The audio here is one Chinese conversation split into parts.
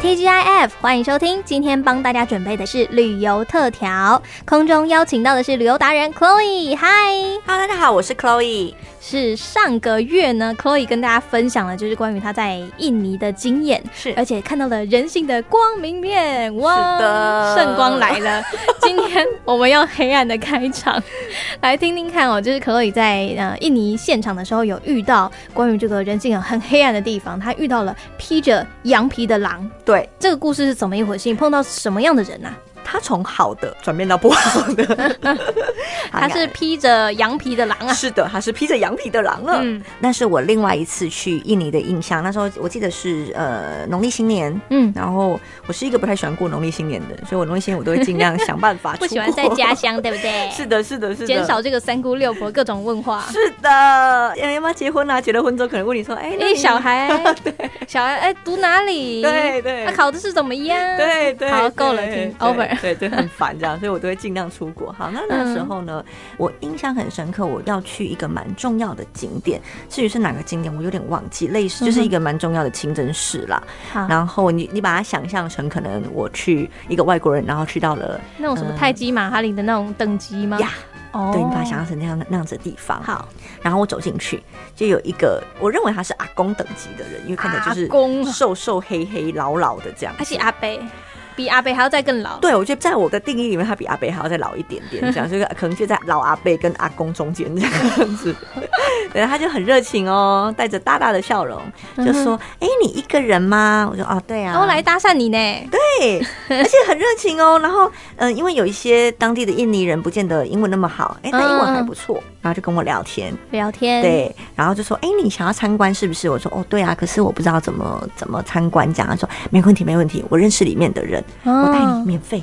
TGIF，欢迎收听。今天帮大家准备的是旅游特调，空中邀请到的是旅游达人 Chloe。嗨， Hello，大家好，我是 Chloe。是上个月呢，Chloe 跟大家分享了就是关于她在印尼的经验，是而且看到了人性的光明面，是的圣光来了。今天我们用黑暗的开场， 来听听看哦，就是 Chloe 在呃印尼现场的时候有遇到关于这个人性很黑暗的地方，她遇到了披着羊皮的狼，对这个故事是怎么一回事？你碰到什么样的人啊？他从好的转变到不好的， 他是披着羊皮的狼啊。是的，他是披着羊皮的狼了。嗯那是我另外一次去印尼的印象，那时候我记得是呃农历新年， 嗯，然后我是一个不太喜欢过农历新年的，所以我农历新年我都会尽量想办法出 不喜欢国在家。乡，对不 对？ 是的，是的，是的，减少这个三姑六婆各种问话。是的，因为要不要结婚啊？结了婚之后可能问你说，哎，那哎，你小 孩，小孩，哎，读哪里？对对他考的是怎么样？对对，好够了对停对 over 嗯对对，很烦这样，所以我都会尽量出国。好，那那时候呢，我印象很深刻，我要去一个蛮重要的景点，至于是哪个景点，我有点忘记，类嗯似就是一个蛮重要的清真寺啦。好然后你你把它想象成可能我去一个外国人，然后去到了那种什么泰姬玛哈陵的那种等级吗？呀，哦对，你把它想象成那样那样子的地方。好，然后我走进去，就有一个我认为他是阿公等级的人，因为看起来阿公就啊是瘦瘦黑黑老老的这样。他是阿贝，比阿贝还要再更老。对，我觉得在我的定义里面，他比阿贝还要再老一点 点，这样就是可能就在老阿贝跟阿公中间这 样子。对，他就很热情哦，带着大大的笑容，就说：“哎、你一个人吗？”我说：“哦，对啊。”嗯都来搭讪你呢。对，而且很热情哦。 然后，嗯、因为有一些当地的印尼人不见得英文那么好，嗯哎、但英文还不错，然后就跟我聊天。聊天，，对，然后就说：“哎、你想要参观是不是？”我说：“哦，对啊，可是我不知道怎么怎么参观。”这样他说：“没问题，没问题，我认识里面的人，哦我带嗯你免费。”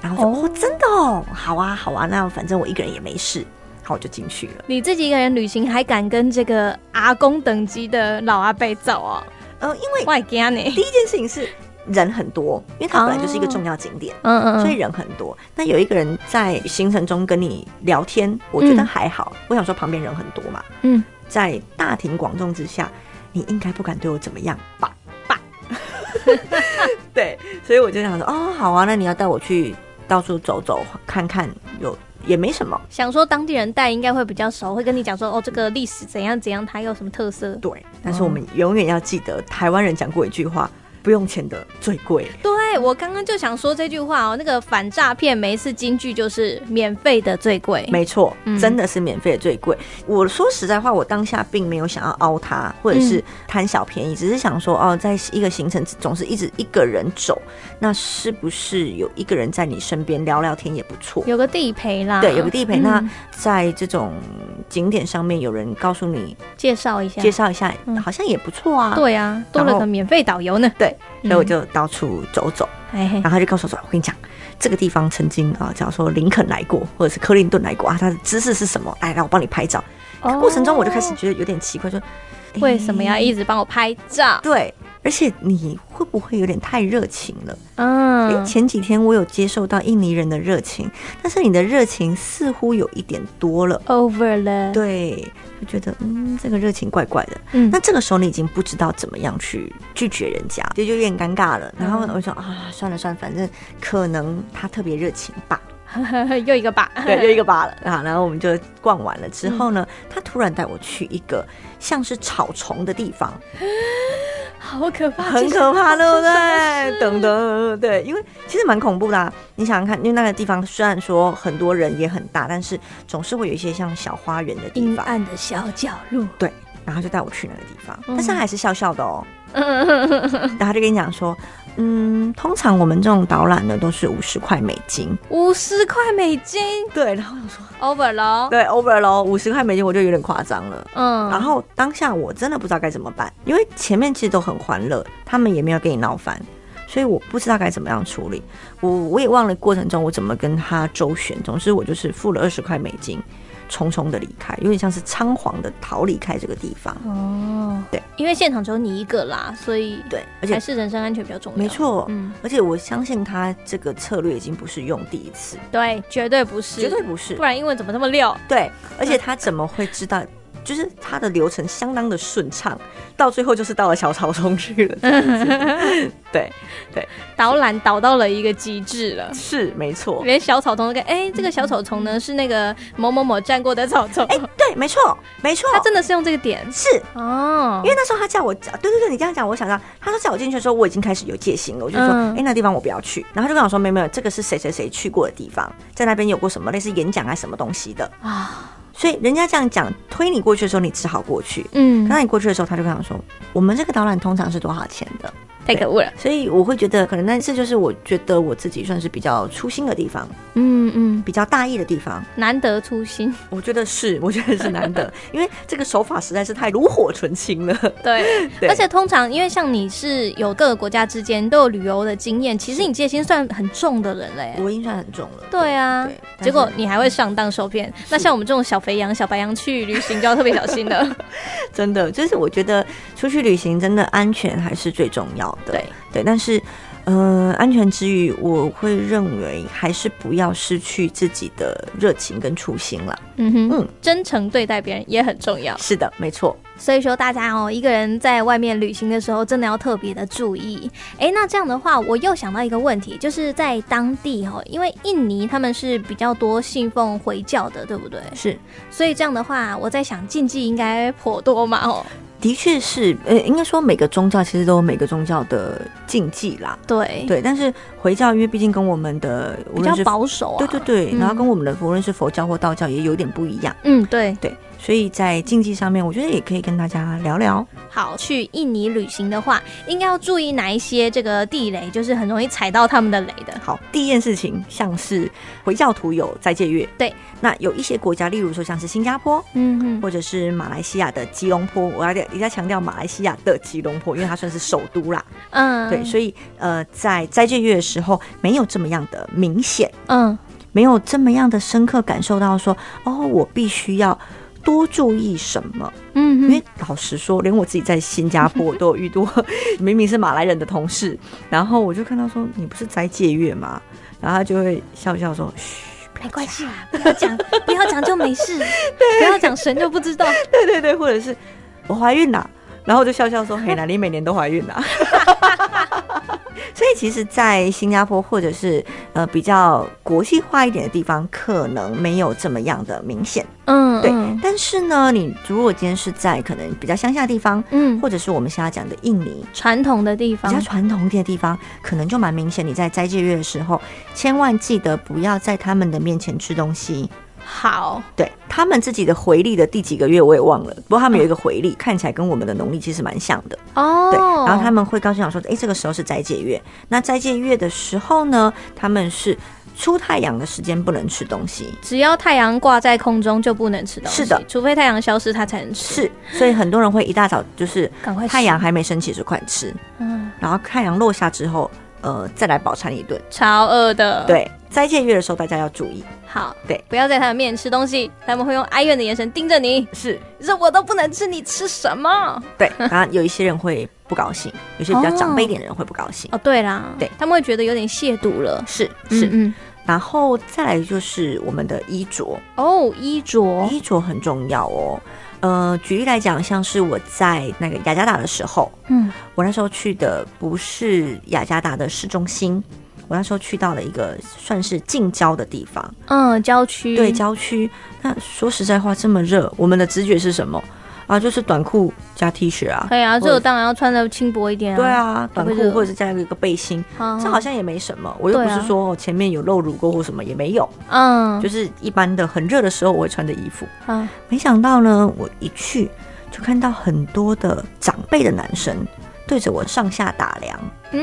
然后我就：“哦，真的哦，好啊，好啊，那反正我一个人也没事。”好，我就进去了。你自己一个人旅行还敢跟这个阿公等级的老阿伯走哦？呃，因为我也惊呢。第一件事情是人很多，因为它本来就是一个重要景点。嗯嗯，所嗯以人很多，那有一个人在行程中跟你聊天，我觉得嗯还好。我想说旁边人很多嘛，嗯，在大庭广众之下，你应该不敢对我怎么样吧？ 吧，对，所以我就想说，哦，好啊，那你要带我去到处走走，看看有也没什么。想说当地人带应该会比较熟，会跟你讲说哦，这个历史怎样怎样，它有什么特色。对，但是我们永远要记得，台湾人讲过一句话：不用钱的最贵。对我刚刚就想说这句话哦，那个反诈骗每一次金句就是免费的最贵。没错嗯，真的是免费的最贵。我说实在话，我当下并没有想要凹他，或者嗯是贪小便宜，只是想说，哦，在一个行程总是一直一个人走，那是不是有一个人在你身边聊聊天也不错？有个地陪啦，对，有个地陪。嗯那在这种景点上面，有人告诉你介绍一下，介绍一下嗯，好像也不错啊。，对啊，多了然个后免费导游呢。对，所以嗯我就啊到处走走。哎嘿，然后他就告诉我说：“我跟你讲，这个地方曾经啊，假如说林肯来过，或者是克林顿来过啊，他的姿势是什么？哎来，来，我帮你拍照。”哦过程中我就开始哎觉得有点奇怪，说为什么要一直帮我拍照？对？而且你会不会有点太热情了？诶嗯，前几天我有接受到印尼人的热情，但是你的热情似乎有一点多了。 over 了。，对，就觉得嗯，这个热情怪怪的。嗯那这个时候你已经不知道怎么样去拒绝人家，这就有点尴尬了。然后嗯我就说啊，算了算了，反正可能他特别热情吧。 又一个吧。 对，又一个疤了啊。然后我们就逛完了之后呢，他突然带我去一个像是草丛的地方，好可怕，很这是可怕，对不发生对？等等，对，因为其实蛮恐怖的、啊。你想想看，因为那个地方虽然说很多人也很大，但是总是会有一些像小花园的地阴方。暗的小角落。对，然后就带我去那个地方，嗯但是他还是笑笑的 哦。然后他就跟你讲说，嗯，通常我们这种导览呢都是五十块美金。五十块美金对，然后我想说， over 咯。对，over 咯，五十块美金我就有点夸张了。嗯，然后当下我真的不知道该怎么办，因为前面其实都很欢乐，他们也没有跟你闹翻，所以我不知道该怎么样处理。我我也忘了过程中我怎么跟他周旋，总之我就是付了二十块美金，匆匆的离开，有点像是仓皇的逃离开这个地方。哦，对，因为现场只有你一个啦，所以对，而还且是人身安全比较重要。没，错，嗯，而且我相信他这个策略已经不是用第一次，对，绝对不是，绝对不是不。然英嗯文怎么这么溜？对，而且他怎么会知道？就是他的流程相当的顺畅，到最后就是到了小草丛去了。这嗯样子对，导览导到了一个极致了。是没错。连小草丛都跟哎、这个小草丛呢是那个某某某站过的草丛，哎、对，没错，没错，他真的是用这个点是哦，因为那时候他叫我，对对对，你这样讲，我想到他说叫我进去的时候，我已经开始有戒心了，我就说，哎、嗯那地方我不要去。然后他就跟我说，没有没有，这个是谁谁谁去过的地方，在那边有过什么类似演讲啊什么东西的。啊，所以人家这样讲推你过去的时候，你只好过去。嗯，当你过去的时候，他就跟我说，我们这个导览通常是多少钱的？太可恶了，所以我会觉得，可能那这就是我觉得我自己算是比较粗心的地方，嗯嗯，比较大意的地方。难得粗心，我觉得是，我觉得是难 得，因为这个手法实在是太炉火纯青了。对， 对而且通常因为像你是有各个国家之间都有旅游的经验，其实你戒心算很重的人嘞。我已经算很重了。对啊嗯对，但是结果你还会上当受骗，那像我们这种小肥羊、小白羊去旅行就要特别小心了。真的，就是我觉得出去旅行真的安全还是最重要的。对 对，但是，呃，安全之余，我会认为还是不要失去自己的热情跟初心啦。嗯哼，嗯真诚对待别人也很重要。是的，没错。所以说，大家哦，一个人在外面旅行的时候，真的要特别的注意。诶，那这样的话，我又想到一个问题，就是在当地哦，因为印尼他们是比较多信奉回教的，对不对？是，所以这样的话，我在想禁忌应该颇多嘛哦。的确是，呃，应该说每个宗教其实都有每个宗教的禁忌啦。对，对，但是回教因为毕竟跟我们的无比论较是保守啊。对对对，嗯然后跟我们的无论是佛教或道教也有点不一样。嗯，对，对，所以在禁忌上面，我觉得也可以跟大家聊聊。好，去印尼旅行的话，应该要注意哪一些这个地雷，就是很容易踩到他们的雷的。好，第一件事情像是回教徒有斋戒月，对，那有一些国家，例如说像是新加坡。嗯嗯，或者是马来西亚的吉隆坡，我要一再强调马来西亚的吉隆坡，因为它算是首都啦。嗯，对，所以呃，在斋戒月的时候，没有这么样的明显，嗯，没有这么样的深刻感受到说，哦，我必须要多注意什么。嗯，因为老实说，连我自己在新加坡我都有遇到， 明明是马来人的同事，然后我就看到说你不是斋戒月吗？然后他就会笑笑说，嘘，没关系啦，不要讲，不要讲就没 事，不要讲神就不知道。对对对，或者是我怀孕啦，然后我就笑笑说，嘿啦，你每年都怀孕啦。 所以其实，在新加坡或者是呃比较国际化一点的地方，可能没有这么样的明显。嗯，对嗯但是呢，你如果今天是在可能比较乡下的地方，嗯，或者是我们现在讲的印尼，传统的地比较方，传统一点的地方，可能就蛮明显。你在斋戒月的时候，千万记得不要在他们的面前吃东西。好，对他们自己的回历的第几个月我也忘了，不过他们有一个回历，看起来跟我们的农历其实蛮像的。嗯哦，对，然后他们会告诉你说，诶，这个时候是斋戒月。那斋戒月的时候呢，他们是出太阳的时间不能吃东西。只要太阳挂在空中就不能吃东西，是的除非太阳消失它才能吃。，是，所以很多人会一大早就是赶快吃太阳还没升起就快吃，嗯，然后太阳落下之后，呃，再来饱餐一顿。超饿的。，对，斋戒月的时候大家要注意。好，对，不要在他们面前吃东西，他们会用哀怨的眼神盯着你，是，你说我都不能吃，你吃什么？对，然后有一些人会不高兴，有些比较长辈一点的人会不高兴。哦，对啦，对他们会觉得有点亵渎了。是是，嗯嗯然后再来就是我们的衣着，哦，衣着，衣着很重要哦。呃，举例来讲，像是我在那个雅加达的时候，嗯，我那时候去的不是雅加达的市中心，我那时候去到了一个算是近郊的地方，嗯，郊区，对，郊区。那说实在话，这么热，我们的直觉是什么啊？就是短裤加 T 恤啊。可以啊，我这个当然要穿的轻薄一点啊。对啊，短会热裤或者是加一个背心，啊，这好像也没什么，我又不对啊是说前面有露乳沟或什么也没有，嗯，就是一般的很热的时候我会穿的衣服。嗯没想到呢，我一去就看到很多的长辈的男生对着我上下打量，嗯，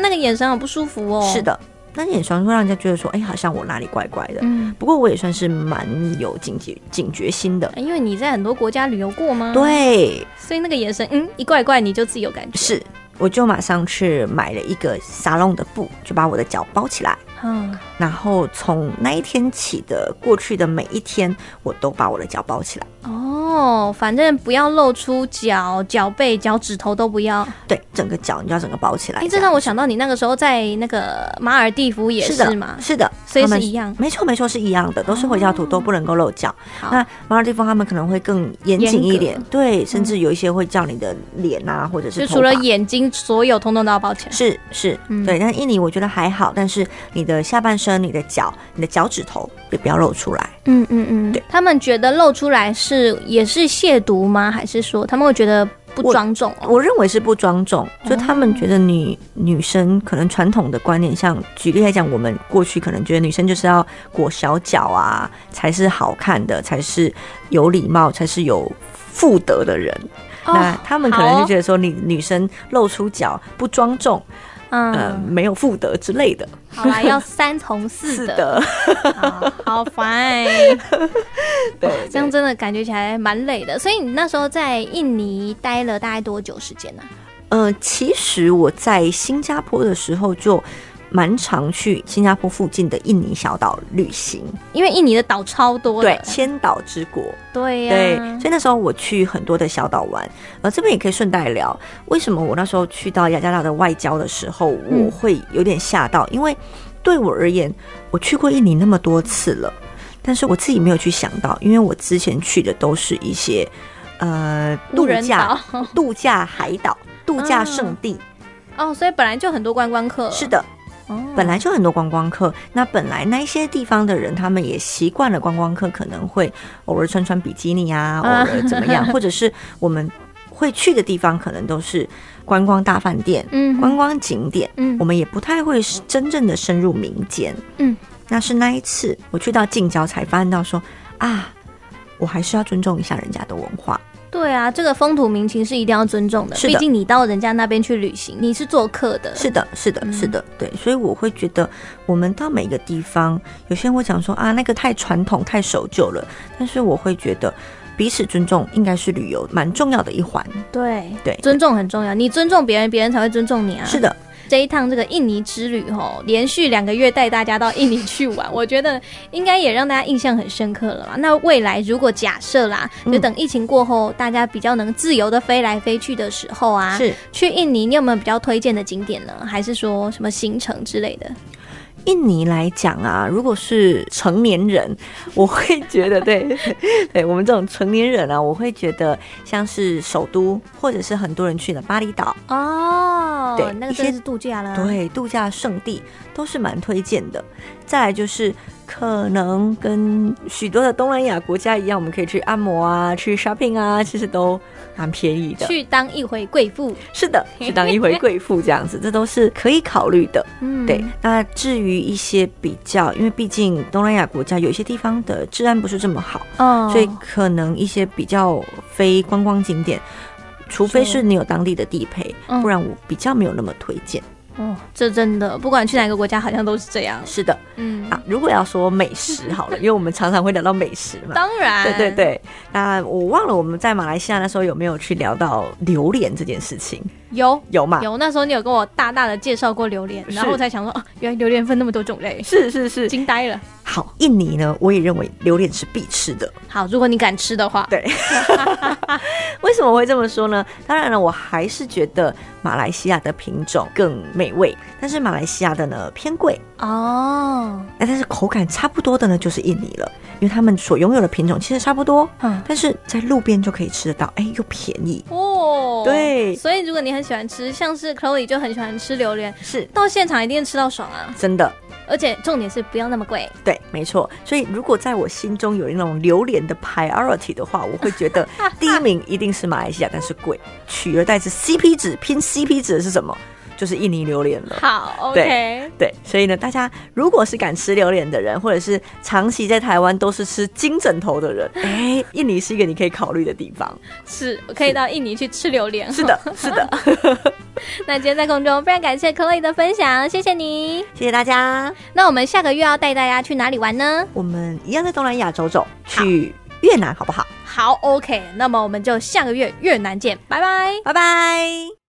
那个眼神好不舒服哦。是，的，那眼神会让人家觉得说，哎、好像我哪里怪怪的。嗯，不过我也算是蛮有警觉警觉心的，因为你在很多国家旅游过吗？，对，所以那个眼神，嗯，一怪怪你就自己有感觉。是。我就马上去买了一个沙龙的布，就把我的脚包起来，嗯，然后从那一天起的过去的每一天，我都把我的脚包起来。哦，反正不要露出脚、脚背、脚趾头都不要。对，整个脚你就要整个包起来。哎，这让我想到你那个时候在那个马尔蒂夫也是的嘛，是的，所以他是们一样。哦没错，没错，是一样的，都是回教徒，都不能够露脚。好那马尔地方他们可能会更严谨一严嗯点，对，甚至有一些会叫你的脸啊，或者是就头除了发眼睛，所有通通都要包起来。是是，嗯对。但印尼我觉得还好，但是你的下半身、你的脚、你的脚趾头也不要露出来。嗯嗯嗯，对他们觉得露出来是也是亵渎吗？还是说他们会觉得不我庄重、哦？我认为是不庄重，就他们觉得女、女生可能传统的观念，像举例来讲，我们过去可能觉得女生就是要裹小脚啊，才是好看的，才是有礼貌，才是有妇德的人。哦那他们可能好哦就觉得说你，女生露出脚不庄重，呃，嗯，没有妇德之类的。好啦，要三从四是德，的，好好烦、欸， 对，这样真的感觉起来蛮累的。所以你那时候在印尼待了大概多久时间呢、呃，其实我在新加坡的时候就蛮常去新加坡附近的印尼小岛旅行，因为印尼的岛超多的对，，千岛之国，对呀、对，所以那时候我去很多的小岛玩，呃，这边也可以顺带聊，为什么我那时候去到雅加达的外交的时候，嗯我会有点吓到，因为对我而言，我去过印尼那么多次了，但是我自己没有去想到，因为我之前去的都是一些呃无度人假岛度假海岛、度假胜 地，哦，所以本来就很多观光客，是，的，哦、本来就很多观光客，那本来那一些地方的人，他们也习惯了观光客可能会偶尔穿穿比基尼啊，偶啊尔怎么 样，或者是我们会去的地方可能都是观光大饭店、嗯哼观光景点，嗯我们也不太会是真正的深入民间。嗯，那是那一次我去到近郊才发现到说啊，我还是要尊重一下人家的文化。对啊，这个风土民情是一定要尊重的，是的毕竟你到人家那边去旅行，你是做客的，是的，是的，是的，对，所以我会觉得，我们到每个地方，有些人会讲说啊，那个太传统、太守旧了，但是我会觉得，彼此尊重应该是旅游蛮重要的一环。对对尊重很重要，你尊重别人，别人才会尊重你啊。是的，这一趟这个印尼之旅吼，连续两个月带大家到印尼去玩，我觉得应该也让大家印象很深刻了吧？那未来如果假设啦，嗯就等疫情过后，大家比较能自由的飞来飞去的时候啊，是去印尼，你有没有比较推荐的景点呢？还是说什么行程之类的？印尼来讲啊，如果是成年人，我会觉得，对，对我们这种成年人啊，我会觉得像是首都，或者是很多人去的巴厘岛，哦，对那个一真的些是度假啦。对，度假胜地都是蛮推荐的。再来就是，可能跟许多的东南亚国家一样，我们可以去按摩啊，去 shopping 啊，其实都蛮便宜的。去当一回贵妇，是的，去当一回贵妇这样子，这都是可以考虑的。嗯，对，那至于一些比较，因为毕竟东南亚国家有一些地方的治安不是这么好，哦，所以可能一些比较非观光景点。除非是你有当地的地陪，嗯不然我比较没有那么推荐。哦，这真的不管去哪个国家，好像都是这样。是的，嗯，啊，如果要说美食好了，因为我们常常会聊到美食嘛。当然，对对，对，那我忘了我们在马来西亚那时候有没有去聊到榴莲这件事情，有。有吗？有，那时候你有跟我大大的介绍过榴莲，啊是然后我才想说，哦，原来榴莲分那么多种类，是是是。惊呆了。好，印尼呢，我也认为榴莲是必吃的。好，如果你敢吃的话，对， 为什么会这么说呢？当然了，我还是觉得马来西亚的品种更美味，但是马来西亚的呢偏贵，哦，哎，但是口感差不多的呢就是印尼了，因为他们所拥有的品种其实差不多，嗯，但是在路边就可以吃得到，哎，又便宜，哦，对所以如果你很喜欢吃，像是 Chloe 就很喜欢吃榴莲，是到现场一定吃到爽啊！真的，而且重点是不要那么贵，对，没错。所以如果在我心中有那种榴莲的 priority 的话，我会觉得第一名一定是马来西亚，但是贵。取而代之 CP 值，拼 CP 值的是什么？就是印尼榴莲了。好，OK，对，所以呢，大家如果是敢吃榴莲的人，或者是长期在台湾都是吃金枕头的人，哎，印尼是一个你可以考虑的地方。是我可以到印尼去吃榴莲。是的，是的，那今天在空中非常感谢 Chloe 的分享，谢谢你。谢谢大家。那我们下个月要带大家去哪里玩呢？我们一样在东南亚走走，去越南好不好？好，OK，那么我们就下个月越南见，拜拜。拜拜。